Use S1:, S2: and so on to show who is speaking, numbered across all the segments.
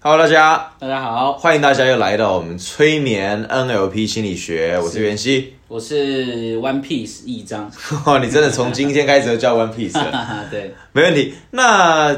S1: Hello，大家，
S2: 大家好，
S1: 欢迎大家又来到我们催眠 NLP 心理学，我是袁熙。
S2: 我是 One Piece 一章，
S1: 哦，你真的从今天开始就叫 One Piece 了，
S2: 哈哈， 对，
S1: 没问题。那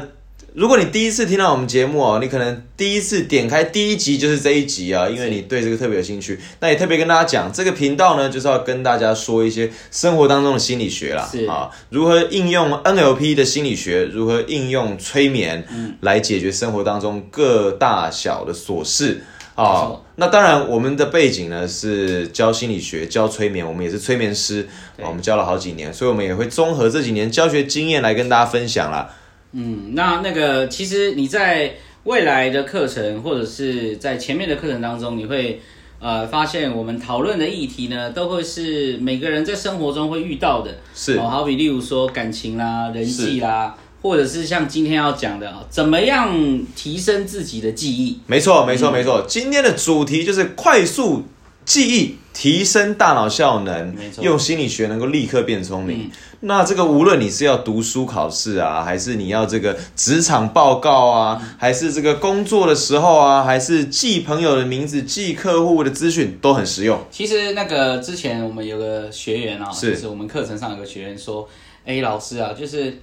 S1: 如果你第一次听到我们节目哦，你可能第一次点开第一集就是这一集啊，因为你对这个特别有兴趣。那也特别跟大家讲，这个频道呢就是要跟大家说一些生活当中的心理学啦
S2: 是，
S1: 啊，如何应用 NLP 的心理学，如何应用催眠来解决生活当中各大小的琐事。
S2: 没
S1: 啊
S2: 错，
S1: 那当然，我们的背景呢是教心理学、教催眠，我们也是催眠师，啊我们教了好几年，所以我们也会综合这几年教学经验来跟大家分享啦。
S2: 嗯，那那个其实你在未来的课程或者是在前面的课程当中，你会呃发现我们讨论的议题呢，都会是每个人在生活中会遇到的，
S1: 是
S2: 哦，好比例如说感情啦、人际啦，或者是像今天要讲的，哦怎么样提升自己的记忆，
S1: 没错，没错，没错。今天的主题就是快速记忆，提升大脑效能
S2: 没，错嗯
S1: 用心理学能够立刻变聪明。那这个无论你是要读书考试啊，还是你要这个职场报告啊，
S2: 嗯
S1: 还是这个工作的时候啊，还是记朋友的名字、记客户的资讯，都很实用。
S2: 其实那个之前我们有个学员啊，
S1: 是
S2: 就是我们课程上有个学员说，哎，老师啊，就是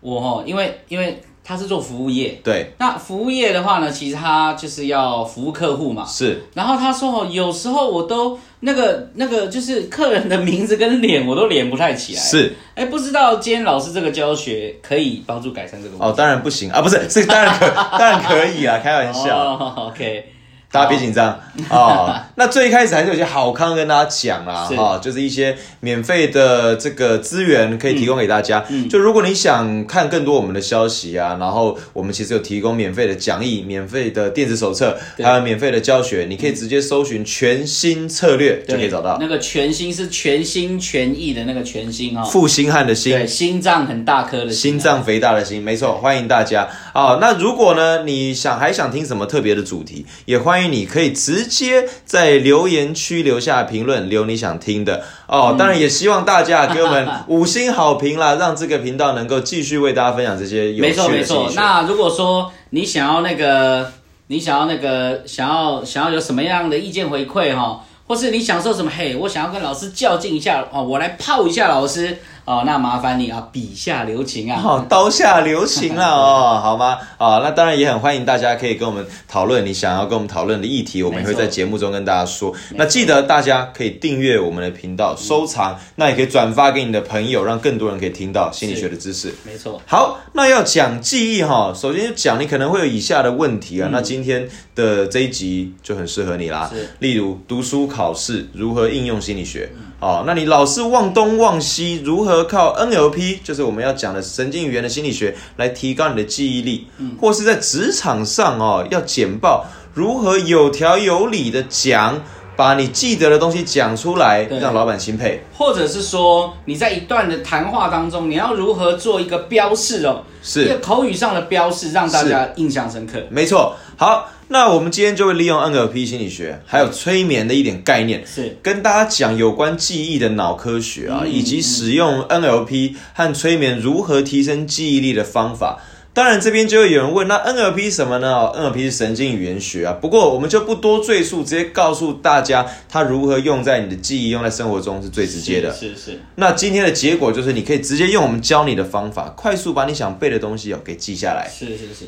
S2: 我哦，因为因为他是做服务业，
S1: 对，
S2: 那服务业的话呢，其实他就是要服务客户嘛。
S1: 是
S2: 然后他说哦，有时候我都那个那个就是客人的名字跟脸我都连不太起来，，
S1: 是
S2: 哎，不知道今天老师这个教学可以帮助改善这个问题。
S1: 哦，当然不行啊，不是，是当然可 当然可以啊，开玩笑。
S2: 哦，OK，
S1: 大家别紧张哦。那最一开始还是有些好康跟大家讲啦，
S2: 是
S1: 哈、就是一些免费的这个资源可以提供给大家。
S2: 嗯
S1: 就如果你想看更多我们的消息啊，然后我们其实有提供免费的讲义、免费的电子手册，还有免费的教学，你可以直接搜寻全新策略就可以找到。
S2: 那个全心是全心全意的那个全心哦，
S1: 负心汉的心
S2: 对，心脏很大颗的
S1: 心
S2: 啊
S1: 脏肥大的心，没错，欢迎大家啊、那如果呢，你想还想听什么特别的主题，也欢迎你可以直接在留言区留下评论，留你想听的哦。
S2: 嗯
S1: 当然也希望大家给我 们五星好评啦，让这个频道能够继续为大家分享这些有
S2: 没
S1: 趣
S2: 错
S1: 的
S2: 没
S1: 心
S2: 错
S1: 理。学。
S2: 那如果说你想要那个，你想要那个，想要想要有什么样的意见回馈哈、或是你想说什么？嘿，我想要跟老师较劲一下哦，我来泡一下老师哦，那麻烦你啊，笔下留情啊。
S1: 哦，刀下留情 了哦，好吗？啊、那当然也很欢迎大家可以跟我们讨论你想要跟我们讨论的议题，我们也会
S2: 没错
S1: 在节目中跟大家说。那记得大家可以订阅我们的频道、收藏，那也可以转发给你的朋友，让更多人可以听到心理学的知识。
S2: 没错，
S1: 好，那要讲记忆哈，首先就讲你可能会有以下的问题啊，那今天的这一集就很适合你啦
S2: 嗯是。
S1: 例如读书考试如何应用心理学，哦，那你老是忘东忘西，如何靠 NLP，就是我们要讲的神经语言的心理学来提高你的记忆力，
S2: 嗯
S1: 或是在职场上哦要简报，如何有条有理的讲。把你记得的东西讲出来，
S2: 对
S1: 让老板钦佩。
S2: 或者是说你在一段的谈话当中，你要如何做一个标示哦，一
S1: 是
S2: 个，口语上的标示，让大
S1: 是
S2: 家印象深刻。
S1: 没错。好，那我们今天就会利用 NLP 心理学，还有催眠的一点概念，
S2: 是
S1: 跟大家讲有关记忆的脑科学啊，
S2: 嗯
S1: 以及使用 NLP 和催眠如何提升记忆力的方法。当然，这边就会有人问，那 NLP 什么呢、n l p 是神经语言学啊。不过我们就不多赘述，直接告诉大家它如何用在你的记忆、用在生活中是最直接的。
S2: 是是是，
S1: 那今天的结果就是，你可以直接用我们教你的方法，快速把你想背的东西哦给记下来。
S2: 是是是。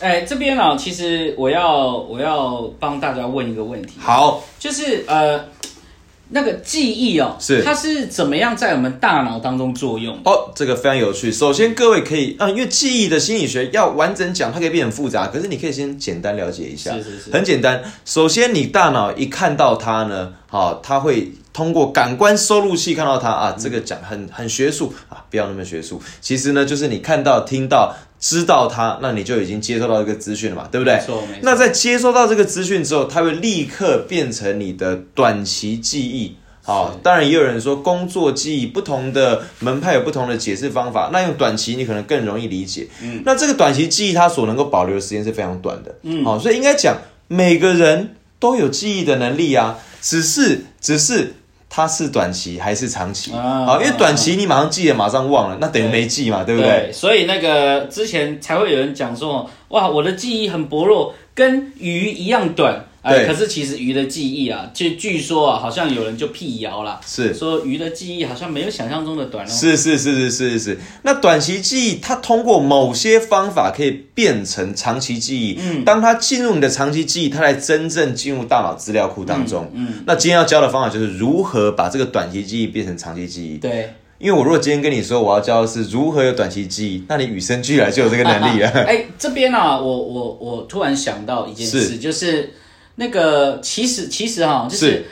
S2: 哎，这边啊，其实我要我要帮大家问一个问题，
S1: 好，
S2: 就是呃，那个记忆哦，
S1: 是
S2: 它是怎么样在我们大脑当中作用的？
S1: 哦，这个非常有趣。首先，各位可以，啊，因为记忆的心理学要完整讲，它可以变很复杂，可是你可以先简单了解一下。
S2: 是是是
S1: 很简单。首先，你大脑一看到它呢，好、它会通过感官收录器看到它
S2: 嗯
S1: 啊。这个讲很很学术啊，不要那么学术。其实呢，就是你看到、听到、知道它，那你就已经接收到这个资讯了嘛，对不对
S2: 没？错没错，
S1: 那在接收到这个资讯之后，它会立刻变成你的短期记忆。好，当然也有人说工作记忆，不同的门派有不同的解释方法。那用短期，你可能更容易理解。嗯，那这个短期记忆，它所能够保留的时间是非常短的。嗯，好，所以应该讲每个人都有记忆的能力啊，只是只是它是短期还是长期。
S2: 啊
S1: 好，因为短期你马上记了，马上忘了，那等于没记嘛，对不对？
S2: 所以那个之前才会有人讲说，哇，我的记忆很薄弱，跟鱼一样短。哎，
S1: 对
S2: 可是其实鱼的记忆啊，据据说啊，好像有人就辟谣啦，
S1: 是
S2: 说鱼的记忆好像没有想象中的短哦。
S1: 是是是是是是是。那短期记忆，它通过某些方法可以变成长期记忆。嗯，当它进入你的长期记忆，它才真正进入大脑资料库当中。嗯，那今天要教的方法就是如何把这个短期记忆变成长期记忆。
S2: 对，
S1: 因为我如果今天跟你说我要教的是如何有短期记忆，那你与生俱来就有这个能 力了。
S2: 哎、这边啊，我我我突然想到一件事，
S1: 是
S2: 就是那个其实其实哈、就是
S1: 是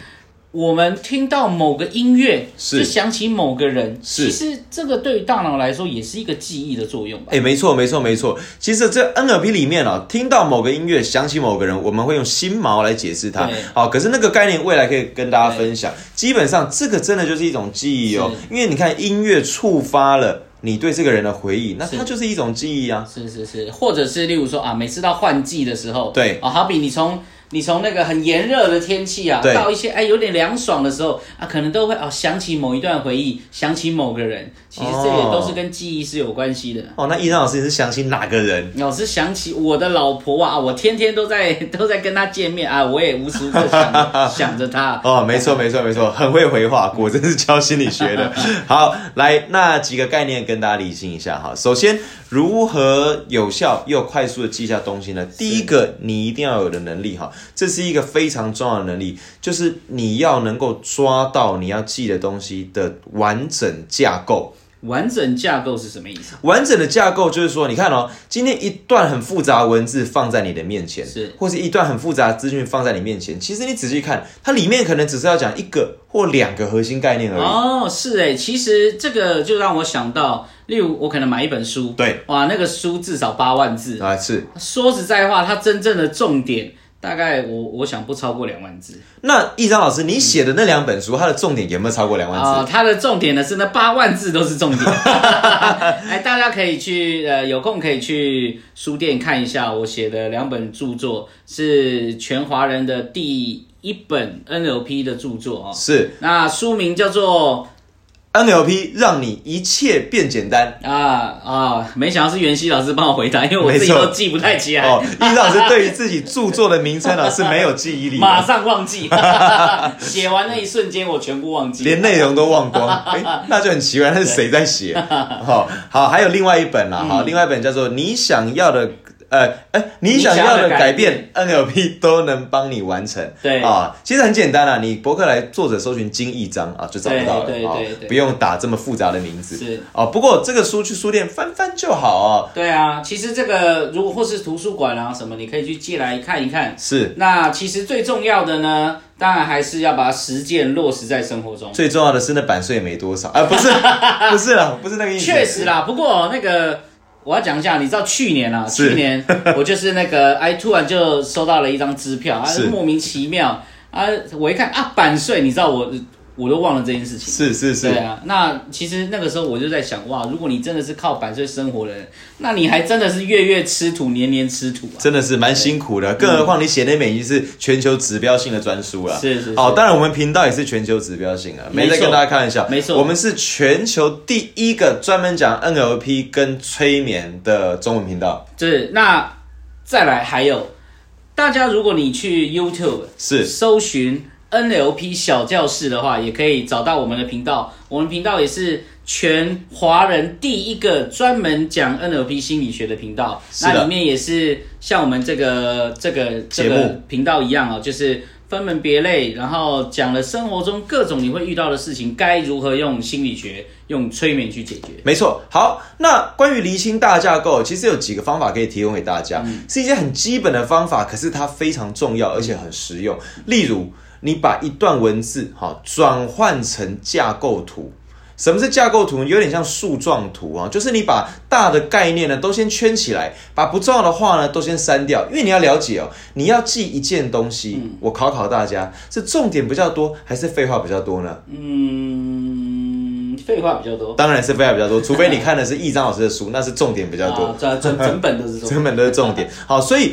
S2: 我们听到某个音乐，
S1: 是
S2: 就想起某个人，
S1: 是
S2: 其实这个对于大脑来说也是一个记忆的作用吧。
S1: 哎、没错，没错，没错。其实这 NLP 里面啊，听到某个音乐，想起某个人，我们会用心锚来解释它
S2: 对。
S1: 好，可是那个概念未来可以跟大家分享。基本上，这个真的就是一种记忆哦，因为你看音乐触发了你对这个人的回忆，那
S2: 是
S1: 它就是一种记忆啊。
S2: 是是是，或者是例如说啊，每次到换季的时候，
S1: 对
S2: 啊，好比你从你从那个很炎热的天气啊，
S1: 对
S2: 到一些哎有点凉爽的时候啊，可能都会哦想起某一段回忆，想起某个人，其实这也
S1: 哦
S2: 都是跟记忆是有关系的。
S1: 哦，那易章老师你是想起哪个人？
S2: 老是想起我的老婆啊，我天天都在 都在跟她见面啊，我也无时无刻想着想着她。
S1: 哦，没错，没错，没错，很会回话，果真是教心理学的。好，来那几个概念跟大家理清一下哈。首先，如何有效又快速的记下东西呢？第一个，你一定要有的能力哈，这是一个非常重要的能力，就是你要能够抓到你要记的东西的完整架构。
S2: 完整架构是什么意思？
S1: 完整的架构就是说，你看哦，今天一段很复杂的文字放在你的面前，
S2: 是
S1: 或是一段很复杂的资讯放在你面前，其实你仔细看，它里面可能只是要讲一个或两个核心概念而已。
S2: 哦，是哎，其实这个就让我想到，例如我可能买一本书，
S1: 对，
S2: 哇，那个书至少八万字，
S1: 啊，是。
S2: 说实在话，它真正的重点大概我我想不超过两万字
S1: 那易章老师，你写的那两本书，它的重点有没有超过两万字？
S2: 啊、它的重点呢是那八万字都 是重点。哎，大家可以去呃有空可以去书店看一下我写的两本著作，是全华人的第一本 NLP 的著作哦。
S1: 是
S2: 那书名叫做
S1: NLP 让你一切变简 单。
S2: 啊啊，没想到是袁熙老师帮我回答，因为我自己
S1: 没错
S2: 都记不太起来。
S1: 哦，易章老师对于自己著作的名称呢、是没有记忆力
S2: 马
S1: 的，
S2: 上忘记， 写完那一瞬间我全部忘记了，
S1: 哦连内容都忘光， 哎、那就很奇怪，那是谁在写？好、好，还有另外一本
S2: 嗯
S1: 啦，好，另外一本叫做《你想要的》。呃，哎，你想要的改变，NLP 都能帮你完成。
S2: 对
S1: 啊，其实很简单啦，你博客来作者搜寻金一章啊，就找得到了。
S2: 对对
S1: 啊
S2: 对对
S1: 不用打这么复杂的名字。
S2: 是
S1: 哦，不过这个书去书店翻翻就好哦。
S2: 对啊，其实这个如果或是图书馆啊什么，你可以去借来看一看。
S1: 是
S2: 那其实最重要的呢，当然还是要把实践落实在生活中。
S1: 最重要的是那版税没多少啊， 不是不是啦，不是那个意思。
S2: 确实啦，不过那个我要讲一下，你知道去年啊，
S1: 是
S2: 去年我就是那个哎，突然就收到了一张支票，啊
S1: 是，
S2: 莫名其妙啊，我一看啊，版税，你知道我我都忘了这件事情。
S1: 是是是
S2: 对，啊，那其实那个时候我就在想，哇，如果你真的是靠版税生活的人，那你还真的是月月吃土，年年吃土啊。
S1: 真的是蛮辛苦
S2: 嗯
S1: 的，更何况你写那本已经是全球指标性的专书了。
S2: 是是是
S1: 好，当然我们频道也是全球指标性啊，没
S2: 没
S1: 在
S2: 错
S1: 跟大家开玩笑。
S2: 没错
S1: 我们是全球第一个专门讲 NLP 跟催眠的中文频道。
S2: 就是那再来还有，大家如果你去 YouTube
S1: 是
S2: 搜寻 NLP 小教室的话，也可以找到我们的频道。我们频道也是全华人第一个专门讲 NLP 心理学的频道。
S1: 是的
S2: 那里面也是像我们这个这个这
S1: 节目
S2: 个频道一样哦，就是。分门别类，然后讲了生活中各种你会遇到的事情，该如何用心理学、用催眠去解决。
S1: 没错，好，那关于厘清大架构，其实有几个方法可以提供给大家，是一些很基本的方法，可是它非常重要，而且很实用。例如，你把一段文字哈转换成架构图。什么是架构图？有点像树状图啊，就是你把大的概念呢都先圈起来，把不重要的话呢都先删掉，因为你要了解哦，你要记一件东西。我考考大家，是重点比较多还是废话比较多呢？
S2: 嗯，废话比较多，
S1: 当然是废话比较多，除非你看的是易章老师的书，那是重点比较多。
S2: 啊，整整整本都是这种。
S1: 根本都是重点。好，所以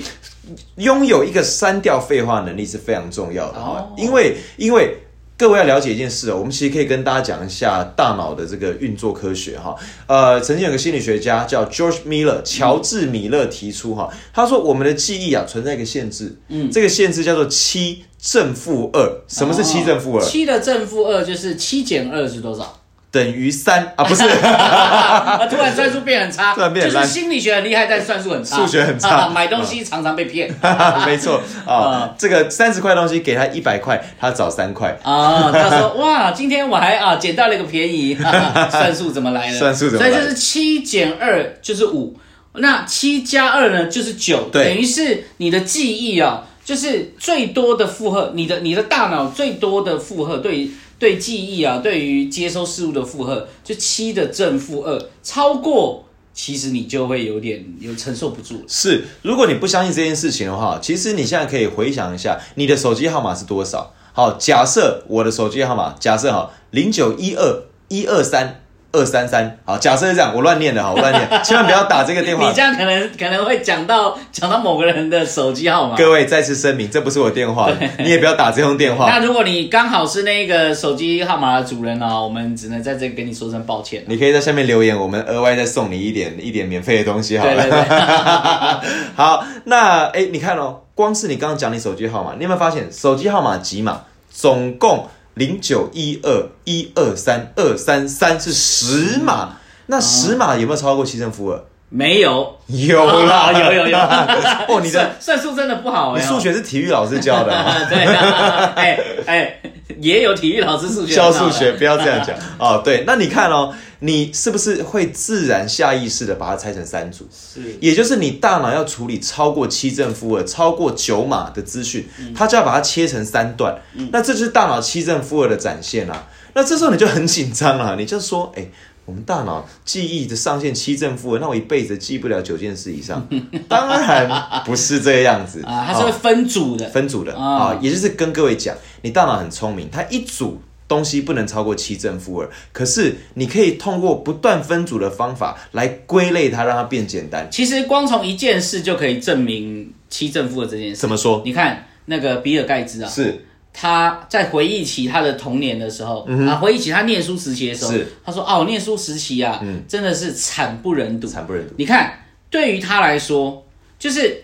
S1: 拥有一个删掉废话能力是非常重要的哈、
S2: 哦
S1: 因为因为各位要了解一件事哦，我们其实可以跟大家讲一下大脑的这个运作科学哈。呃，曾经有个心理学家叫 George Miller，乔治米勒提出哈，他说我们的记忆啊存在一个限制，嗯，哦这个限制叫做七正负二。什 么是七正负二？
S2: 七的正负二就是七减二是多少？
S1: 等于三啊？不 是，
S2: 啊，突然算数变很差，
S1: 突然变很
S2: 就
S1: 烂
S2: 是心理学很厉害，但算术很差，啊
S1: 数学很差嗯
S2: 买东西常常被骗
S1: 没错啊。这个三十块东西给他一百块，他找三块。
S2: 啊。他 说哇，今天我还啊捡到了一个便宜， 哈哈算术怎么来的？
S1: 算术怎么来的
S2: 所以就是七减二就是五，那七加二呢就是九，
S1: 对
S2: 等于是你的记忆啊，就是最多的负荷，你的你的大脑最多的负荷对于对记忆啊，对于接收事物的负荷，就七的正负二超过。其实你就会有点有承受不住了。
S1: 是，如果你不相信这件事情的话，其实你现在可以回想一下，你的手机号码是多少？好，假设我的手机号码，假设哈，零九一二一二三二三三，好，假设是这样，我乱念的哈，我乱 念，千万不要打这个电
S2: 你
S1: 话
S2: 这。样可能可能会讲到讲到某个人的手机号码。
S1: 各位再次声明，这不是我电话，你也不要打这通电话
S2: 那，如果你刚好是那个手机号码的主人呢、啊我们只能在这里跟你说声抱歉。
S1: 你可以在下面留言，我们额外再送你一点一点免费的东西好
S2: 对
S1: 了。
S2: 对 对，
S1: 好，那哎、诶你看哦，光是你刚刚讲你手机号码，你有没有发现手机号码几码？总共零九一二一二三二三三是十码，那十码有没有超过七正负 二？
S2: 没有，
S1: 有啦，
S2: 有有有。
S1: 哦，你的
S2: 算算术真的不好
S1: 你
S2: 哎、
S1: 数学是体育老师教的、 哦。
S2: 啊，对 啊，哎哎，也有体育老师数学
S1: 教
S2: 很好
S1: 数
S2: 的
S1: 学不要这样讲哦，对，那你看哦，你是不是会自然下意识的把它拆成三组？
S2: 是
S1: 也就是你大脑要处理超过七正负二、超过九码的资讯，
S2: 嗯
S1: 它就要把它切成三段。那这就是大脑七正负二的展现啦、那这时候你就很紧张了，你就说：“哎、我们大脑记忆的上限七正负二，那我一辈子记不了九件事以 上。”当然不是这样子
S2: 啊，它是会
S1: 哦
S2: 分组的。
S1: 分组的啊、
S2: 啊
S1: 也就是跟各位讲，你大脑很聪明，它一组东西不能超过七正负二，可是你可以通过不断分组的方法来归类它，让它变简单。
S2: 其实光从一件事就可以证明七正负的这件事
S1: 怎。么说？
S2: 你看那个比尔盖茨啊，
S1: 是
S2: 他在回忆起他的童年的时候，啊，回忆起他念书时期的时
S1: 嗯
S2: 候
S1: 是，嗯
S2: 他说：“哦，我念书时期啊，真的是惨不忍睹。
S1: 惨不忍睹。
S2: 你看，对于他来说，就是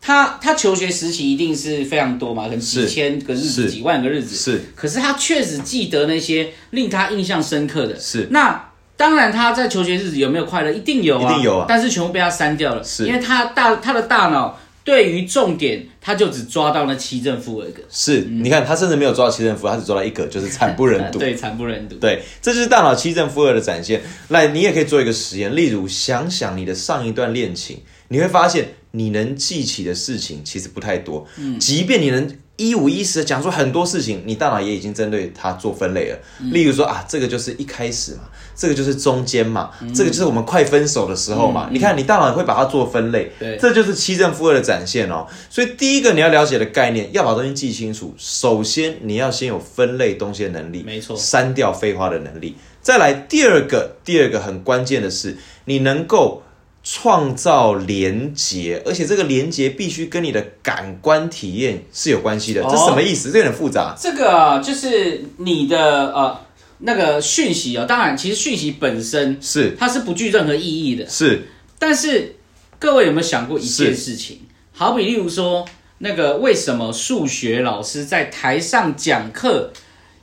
S2: 他他求学时期一定是非常多嘛，可能
S1: 是
S2: 几千个日子、
S1: 是
S2: 几万个日子。
S1: 是
S2: 可是他确实记得那些令他印象深刻的。
S1: 是
S2: 那当然，他在求学日子有没有快乐？一定有啊，
S1: 一定有啊
S2: 但是全部被他删掉了，
S1: 是
S2: 因为他大他的大脑对于重点，他就只抓到那七正负二个。
S1: 是，你看他甚至没有抓到七正负，他只抓到一个，就是惨不 忍睹。
S2: 对，惨不忍睹。
S1: 对，这就是大脑七正负二的展现。那你也可以做一个实验，例如想想你的上一段恋情，你会发现你能记起的事情其实不太多。嗯，即便你能一五一十的讲出很多事情，你大脑也已经针对它做分类了。
S2: 嗯
S1: 例如说啊，这个就是一开始嘛，这个就是中间嘛，
S2: 嗯
S1: 这个就是我们快分手的时候嘛。你看，你大脑也会把它做分类。
S2: 对
S1: 这就是七正负二的展现哦。所以第一个你要了解的概念，要把东西记清楚，首先你要先有分类东西的能力，
S2: 没错
S1: 删掉废话的能力。再来第二个，第二个很关键的是，你能够创造连结，而且这个连结必须跟你的感官体验是有关系的。
S2: 哦
S1: 这什么意思？这有点复杂。
S2: 这个啊就是你的呃那个讯息啊、当然其实讯息本身
S1: 是
S2: 它是不具任何意义的，
S1: 是
S2: 但是各位有没有想过一件
S1: 是
S2: 事情？好比例如说，那个为什么数学老师在台上讲课，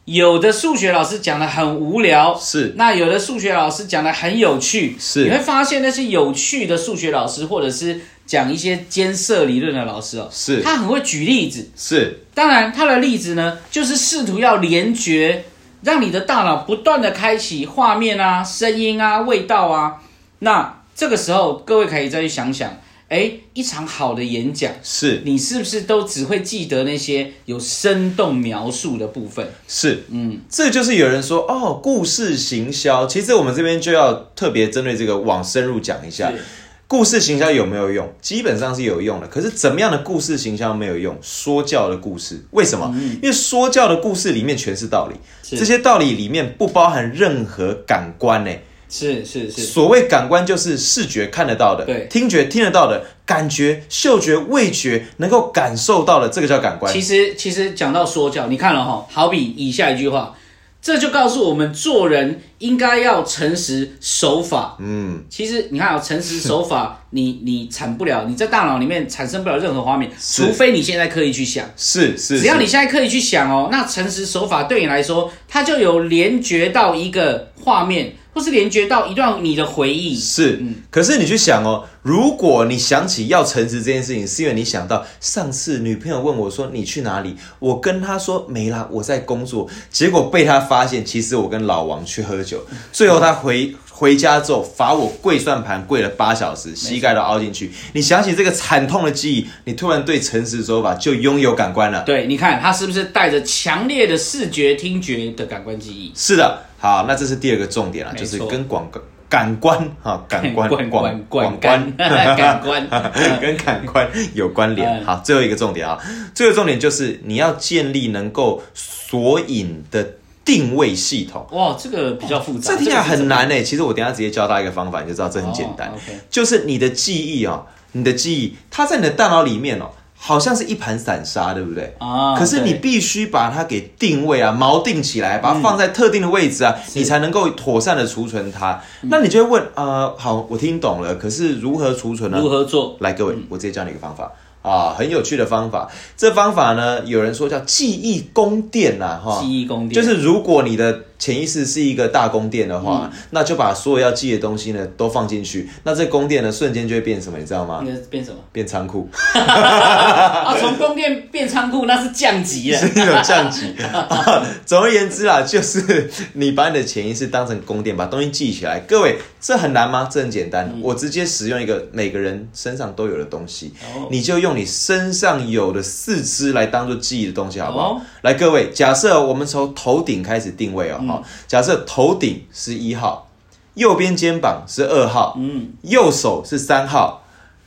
S2: 有的数学老师讲的很无聊，
S1: 是
S2: 那有的数学老师讲的很有趣，
S1: 是
S2: 你会发现那些有趣的数学老师，或者是讲一些艰涩理论的老师哦，
S1: 是
S2: 他很会举例子，
S1: 是
S2: 当然，它的例子呢，就是试图要联觉，让你的大脑不断的开启画面啊、声音啊、味道啊。那这个时候，各位可以再去想想，哎，一场好的演讲，
S1: 是
S2: 你是不是都只会记得那些有生动描述的部分？
S1: 是，嗯，这就是有人说哦，故事行销。其实我们这边就要特别针对这个往深入讲一下。故事行销有没有用？基本上是有用的。可是怎么样的故事行销没有用？说教的故事，为什么？
S2: 嗯
S1: 因为说教的故事里面全是道理，这些道理里面不包含任何感官呢、
S2: 是是是，
S1: 所谓感官就是视觉看得到的，
S2: 对
S1: 听觉听得到的，感觉、嗅觉、味觉能够感受到的，这个叫感官
S2: 其。实其实讲到说教，你看了哈，好比以下一句话，这就告诉我们做人应该要诚实守法。
S1: 嗯，
S2: 其实你看啊，诚实 守法，你你产不了，你在大脑里面产生不了任何画面，
S1: 是
S2: 除非你现在刻意去想。
S1: 是是，
S2: 只要
S1: 是
S2: 你现在刻意去想哦，那诚实守法对你来说，它就有连觉到一个画面，或是连觉到一段你的回忆。
S1: 是，
S2: 嗯
S1: 可是你去想哦，如果你想起要诚实这件事情，是因为你想到上次女朋友问我说你去哪里，我跟她说没啦，我在工作，结果被她发现，其实我跟老王去喝酒，
S2: 嗯
S1: 最后她回。回家之后罚我跪算盘，跪了八小时，膝盖都凹进去。你想起这个惨痛的记忆，你突然对诚实手法就拥有感官了。
S2: 对，你看它是不是带着强烈的视觉、听觉的感官记忆？
S1: 是的，好，那这是第二个重点了，啊
S2: 没
S1: 就
S2: 错
S1: 是跟广告感官哈， 感官
S2: 感
S1: 广
S2: 官
S1: 广官
S2: 感官 感 官
S1: 跟感官有关联。
S2: 嗯
S1: 好，最后一个重点啊，最后重点就是你要建立能够索引的定位系统。
S2: 哇，这个比较复杂，
S1: 这听起来
S2: 个是
S1: 很难呢、欸其实我等一下直接教大家一个方法，你就知道这很简单。
S2: 哦，OK
S1: 就是你的记忆哦，你的记忆它在你的大脑里面哦，好像是一盘散沙，对不对？
S2: 啊。
S1: 可是你
S2: 对嗯
S1: 必须把它给定位啊，锚定起来，把它放在特定的位置啊，你才能够妥善的储存它。
S2: 嗯
S1: 那你就会问，呃，好，我听懂了，可是如何储存呢？
S2: 如何做？
S1: 来，各位，我直接教你一个方法啊，很有趣的方法。这方法呢，有人说叫记忆宫殿呐、哈。
S2: 记忆宫殿
S1: 啊就是如果你的潜意识是一个大宫殿的话，
S2: 嗯
S1: 那就把所有要记的东西呢都放进去，那这宫殿呢瞬间就会变什么，你知道吗？
S2: 那变什么？
S1: 变仓库，
S2: 啊，从宫殿变仓库，那是降级了。
S1: 有降级、啊。 总而言之啦，就是你把你的潜意识当成宫殿，把东西记起来。各位，这很难吗？这很简单，
S2: 嗯
S1: 我直接使用一个每个人身上都有的东西，
S2: 哦
S1: 你就用你身上有的四肢来当做记忆的东西，好不好？
S2: 哦
S1: 来，各位，假设我们从头顶开始定位哦，
S2: 嗯
S1: 哈、假设头顶是一号，右边肩膀是二号，
S2: 嗯
S1: 右手是三号，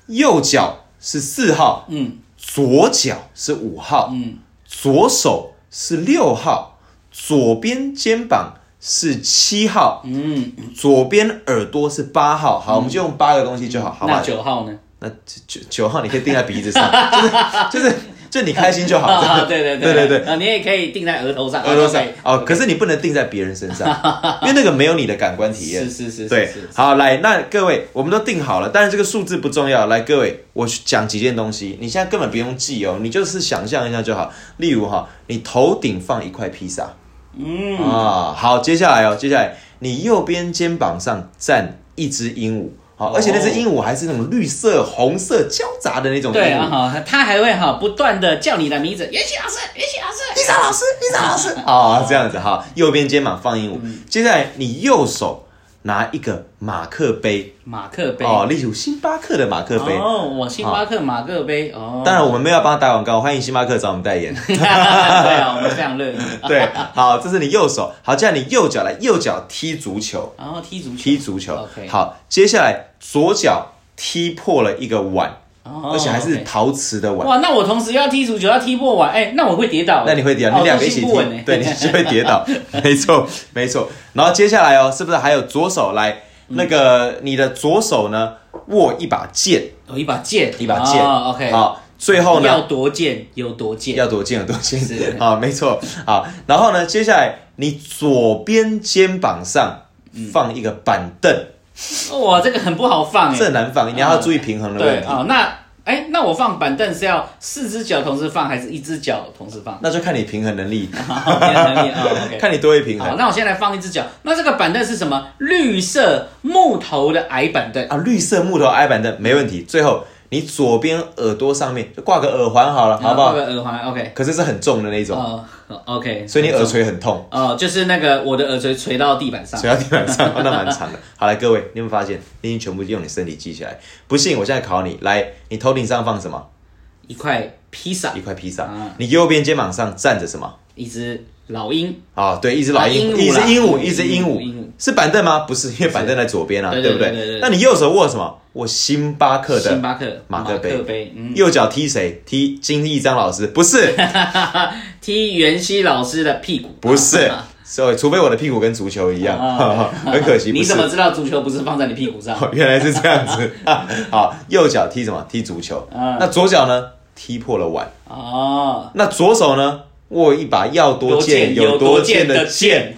S1: 右脚是四号，
S2: 嗯
S1: 左脚是五号，
S2: 嗯，
S1: 左手是六号，左边肩膀是七号，
S2: 嗯，
S1: 左边耳朵是八号。好，我们就用八个东西就好，好
S2: 那
S1: 吧？
S2: 九号呢？
S1: 那九九号你可以定在鼻子上， 就是就是就你开心就好
S2: 啊，。对对
S1: 对对
S2: 对
S1: 对
S2: 啊，你也可以定在额头上，
S1: 耳朵上
S2: 啊，OK
S1: 哦，可是你不能定在别人 身上，因为那个没有你的感官体验。
S2: 是是是，
S1: 对
S2: 是，是
S1: 好，来，那各位，我们都定好了，但是这个数字不重要。来，各位，我去讲几件东西，你现在根本不用记哦，你就是想象一下就好。例如哈，你头顶放一块披萨，嗯啊，好，接下来哦，接下来你右边肩膀上站一只鹦鹉，好，而且那只
S2: 哦
S1: 鹦鹉还是那种绿色、红色交杂的那种鹦鹉。
S2: 对啊，哈，他还会哈不断的叫你的名字，也许老师，也许老师，
S1: 伊莎老师，伊莎老 师啊、这样子哈，右边肩膀放鹦鹉，
S2: 嗯
S1: 接下来你右手拿一个马克杯
S2: 马克杯，
S1: 哦，例如星巴克的马克杯。
S2: 哦，我星巴克马克杯，哦，
S1: 当然，我们没有要帮他打广告，欢迎星巴克找我们代言。
S2: 对啊，我们非 常乐意。
S1: 对，好，这是你右手。好，接下来你右脚来，右脚踢足球，
S2: 然后踢足球，
S1: 踢足球
S2: OK。
S1: 好，接下来左脚踢破了一个碗，
S2: 哦，
S1: 而且还是
S2: OK 哦
S1: 陶瓷的碗。
S2: 哇，那我同时要踢足球，要踢破碗，哎、那我会跌倒、
S1: 那你会跌倒，你两个一起
S2: 踢，
S1: 踢
S2: 不稳哎，
S1: 对， 你就会跌倒，没错，没错。然后接下来哦，是不是还有左手来？那个你的左手呢，握一把剑，
S2: 有哦一把剑，
S1: 一把剑
S2: 哦、，OK，
S1: 好，最后
S2: 要
S1: 呢，
S2: 多剑有多剑，
S1: 要躲剑有躲剑
S2: 是，
S1: 啊，没错，好。然后呢，接下来你左边肩膀上
S2: 嗯
S1: 放一个板凳，
S2: 哇，这个很不好放哎、
S1: 这很难放，你要注意平衡的
S2: 对
S1: 问题。
S2: 啊、哦那哎、那我放板凳是要四只脚同时放，还是一只脚同时 放？
S1: 那就看你平衡能力，
S2: 好，没有能力啊、哦、，OK。
S1: 看你多会平
S2: 好，
S1: 衡
S2: 那我现在放一只脚。那这个板凳是什么？绿色木头的矮板凳。
S1: 啊。绿色木头矮板凳没问题。最后，你左边耳朵上面就挂个耳环好了，好不
S2: 然后
S1: 好
S2: 放？个耳环，OK。
S1: 可是是很重的那一种，
S2: 哦好，OK。
S1: 所以你耳垂很痛，
S2: 哦，就是那个我的耳垂垂到地板上
S1: 垂。到地板上，哦那蛮长的。 好来，各位，你有没有发现，你已经全部用你身体记起来？不信，我现在考你，来，你头顶上放什么？
S2: 一块披萨
S1: 一，块披
S2: 嗯
S1: 萨。你右边肩膀上站着什么？
S2: 一只老鹰，
S1: 啊，对，一只老鹰，
S2: 啊
S1: 一
S2: 鹦鹉
S1: 只
S2: 啦
S1: 鹦鹉，
S2: 鹦鹉
S1: 一只鹦
S2: 鹦鹉
S1: 鹉，是板凳吗？不是，因为板凳在左边啊，
S2: 对
S1: 对不
S2: 对对对对
S1: 那你右手握什么？握星巴克
S2: 星
S1: 的。
S2: 巴克
S1: 马克杯
S2: 杯，嗯，
S1: 右脚踢谁？踢 金一章老师？不是，
S2: 踢袁熙老师的屁股，
S1: 不是，所以除非我的屁股跟足球一样，
S2: 啊
S1: 很可惜。
S2: 你
S1: 不是
S2: 怎么知道足球不是放在你屁 股上？
S1: 哦原来是这样 子。啊好，右脚踢什么？踢足球。
S2: 嗯
S1: 那左脚呢？踢破了碗。
S2: 哦，
S1: 那左手呢？握一把要多
S2: 多
S1: 见
S2: 见
S1: 有
S2: 有
S1: 多
S2: 多
S1: 见
S2: 见
S1: 的
S2: 的
S1: 剑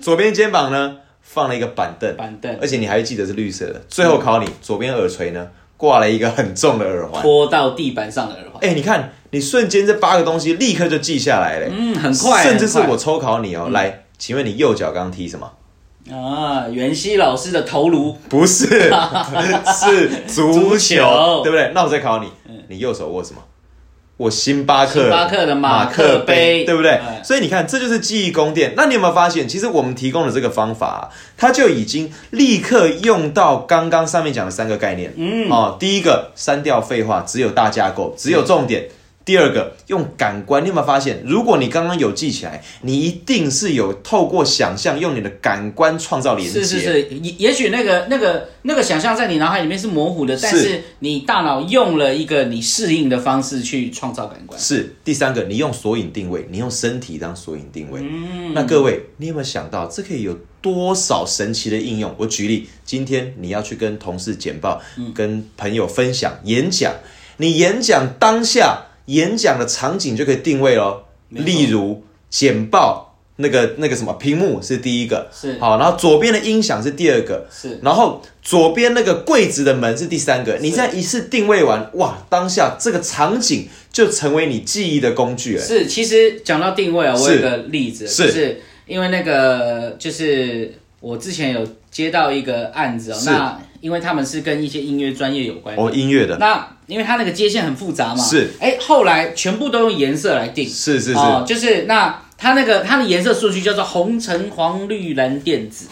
S1: 左边肩膀呢，放了一个板凳，
S2: 板凳
S1: 而且你还记得是绿色的。最后考你，左边耳垂呢，挂了一个很重的耳环。
S2: 拖到地板上的耳环，
S1: 哎、你看，你瞬间这八个东西立刻就记下来了、
S2: 嗯，很快，
S1: 甚至是
S2: 很快嗯
S1: 我抽考你哦、来，请问你右脚刚踢什么？
S2: 啊，袁熙老师的头颅
S1: 不 是，是足球，
S2: 足球
S1: 对不对？那我再考你，你右手握什么？握星巴克，
S2: 星巴克的马克杯
S1: 对不对
S2: 哎？
S1: 所以你看，这就是记忆宫殿。那你有没有发现，其实我们提供的这个方法啊、它就已经立刻用到刚刚上面讲的三个概念。嗯，哦，第一个删掉废话，只有大架构，只有重点。第二个，用感官，你有没有发现，如果你刚刚有记起来，你一定是有透过想象，用你的感官创造连接。
S2: 是是是，也也许那个那个那个想象在你脑海里面是模糊的，但
S1: 是
S2: 是你大脑用了一个你适应的方式去创造感官。
S1: 是第三个，你用索引定位，你用身体当索引定位。
S2: 嗯
S1: 那各位，你有没有想到这可以有多少神奇的应用？我举例，今天你要去跟同事简报，
S2: 嗯
S1: 跟朋友分享演讲，你演讲当下演讲的场景就可以定位哦。
S2: 没错
S1: 例如简报那个那个什么屏幕是第一个，
S2: 是
S1: 好，然后左边的音响是第二个，
S2: 是，
S1: 然后左边那个柜子的门是第三个，你这样一次定位完，哇，当下这个场景就成为你记忆的工具了。
S2: 是，其实讲到定位啊，我
S1: 是
S2: 有个例子，
S1: 是
S2: 就是因为那个就是我之前有接到一个案子哦，
S1: 是
S2: 那因为他们是跟一些音乐专业有关的，
S1: 哦，音乐的，
S2: 那因为它那个接线很复杂嘛，
S1: 是，
S2: 哎，后来全部都用颜色来定，
S1: 是是是，
S2: 哦，就是那它那个它的颜色顺序叫做红橙黄绿蓝靛紫，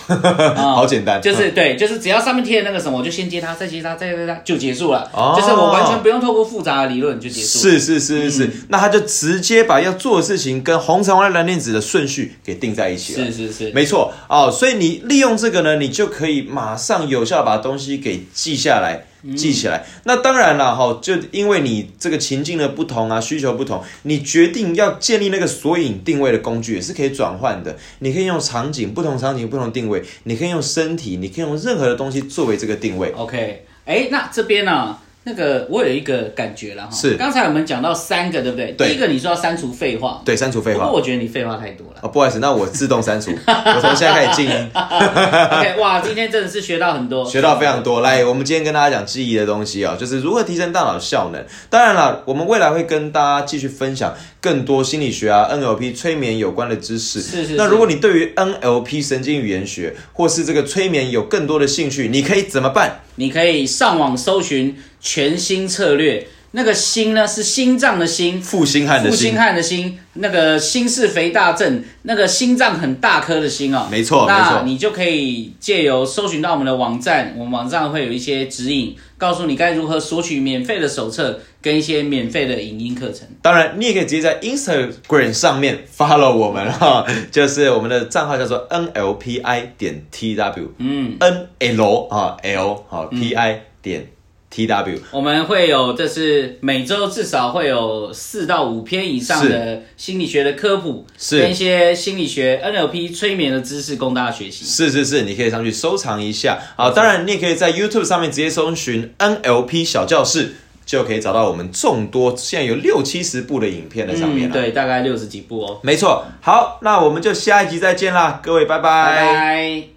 S1: 好简单，
S2: 哦就是对，就是只要上面贴的那个什么，我就先接它，再接它，再接它就结束了，
S1: 哦
S2: 就是我完全不用透过复杂的理论就结束了。
S1: 是是是是
S2: 嗯
S1: 是，那他就直接把要做的事情跟红橙黄绿蓝靛紫的顺序给定在一起了。
S2: 是是是，
S1: 没错哦，所以你利用这个呢，你就可以马上有效地把东西给记下来。
S2: 嗯
S1: 记起来，那当然了哈、就因为你这个情境的不同啊，需求不同，你决定要建立那个索引定位的工具也是可以转换的。你可以用场景，不同场景不同定位，你可以用身体，你可以用任何的东西作为这个定位。
S2: OK，哎，那这边呢、那个我有一个感觉了哈，
S1: 是
S2: 刚才我们讲到三个，对不对？
S1: 对
S2: 第一个你说要删除废话，
S1: 对，删除废
S2: 不
S1: 话
S2: 过。我觉得你废话太 多了。
S1: 哦，不好意思，那我自动删 除，我从现在开始静音，
S2: OK，哇，今天真的是学到很 多，
S1: 学到非常多。来，我们今天跟大家讲记忆的东西啊、就是如何提升大脑效能。当然了，我们未来会跟大家继续分享更多心理学啊、NLP 催眠有关的知识。
S2: 是是是
S1: 那如果你对于 NLP 神经语言学或是这个催眠有更多的兴趣，你可以怎么办？
S2: 你可以上网搜寻全新策略，那个“心”呢是心脏的“心”，
S1: 负心汉的
S2: 负
S1: 心
S2: 心。汉的“心”，那个心是肥大症，那个心脏很大颗的“心”哦。
S1: 没错没错
S2: 那你就可以借由搜寻到我们的网站，我们网站会有一些指引，告诉你该如何索取免费的手册跟一些免费的影音课程。
S1: 当然，你也可以直接在 Instagram 上面 follow 我们哈、就是我们的账号叫做 NLPI 点 TW，嗯，N L 啊 L 好 P I 点 TW，
S2: 我们会有，就是每周至少会有四到五篇以上的心理学的科普，
S1: 是
S2: 跟一些心理学 NLP 催眠的知识供大家学习。
S1: 是是是，你可以上去收藏一下啊。当然，你也可以在 YouTube 上面直接搜寻 NLP 小教室，就可以找到我们众多现在有六七十部的影片在上面
S2: 嗯、
S1: 了。，
S2: 对，大概六十几步哦。
S1: 没错。好，那我们就下一集再见啦，各位，拜
S2: 拜拜。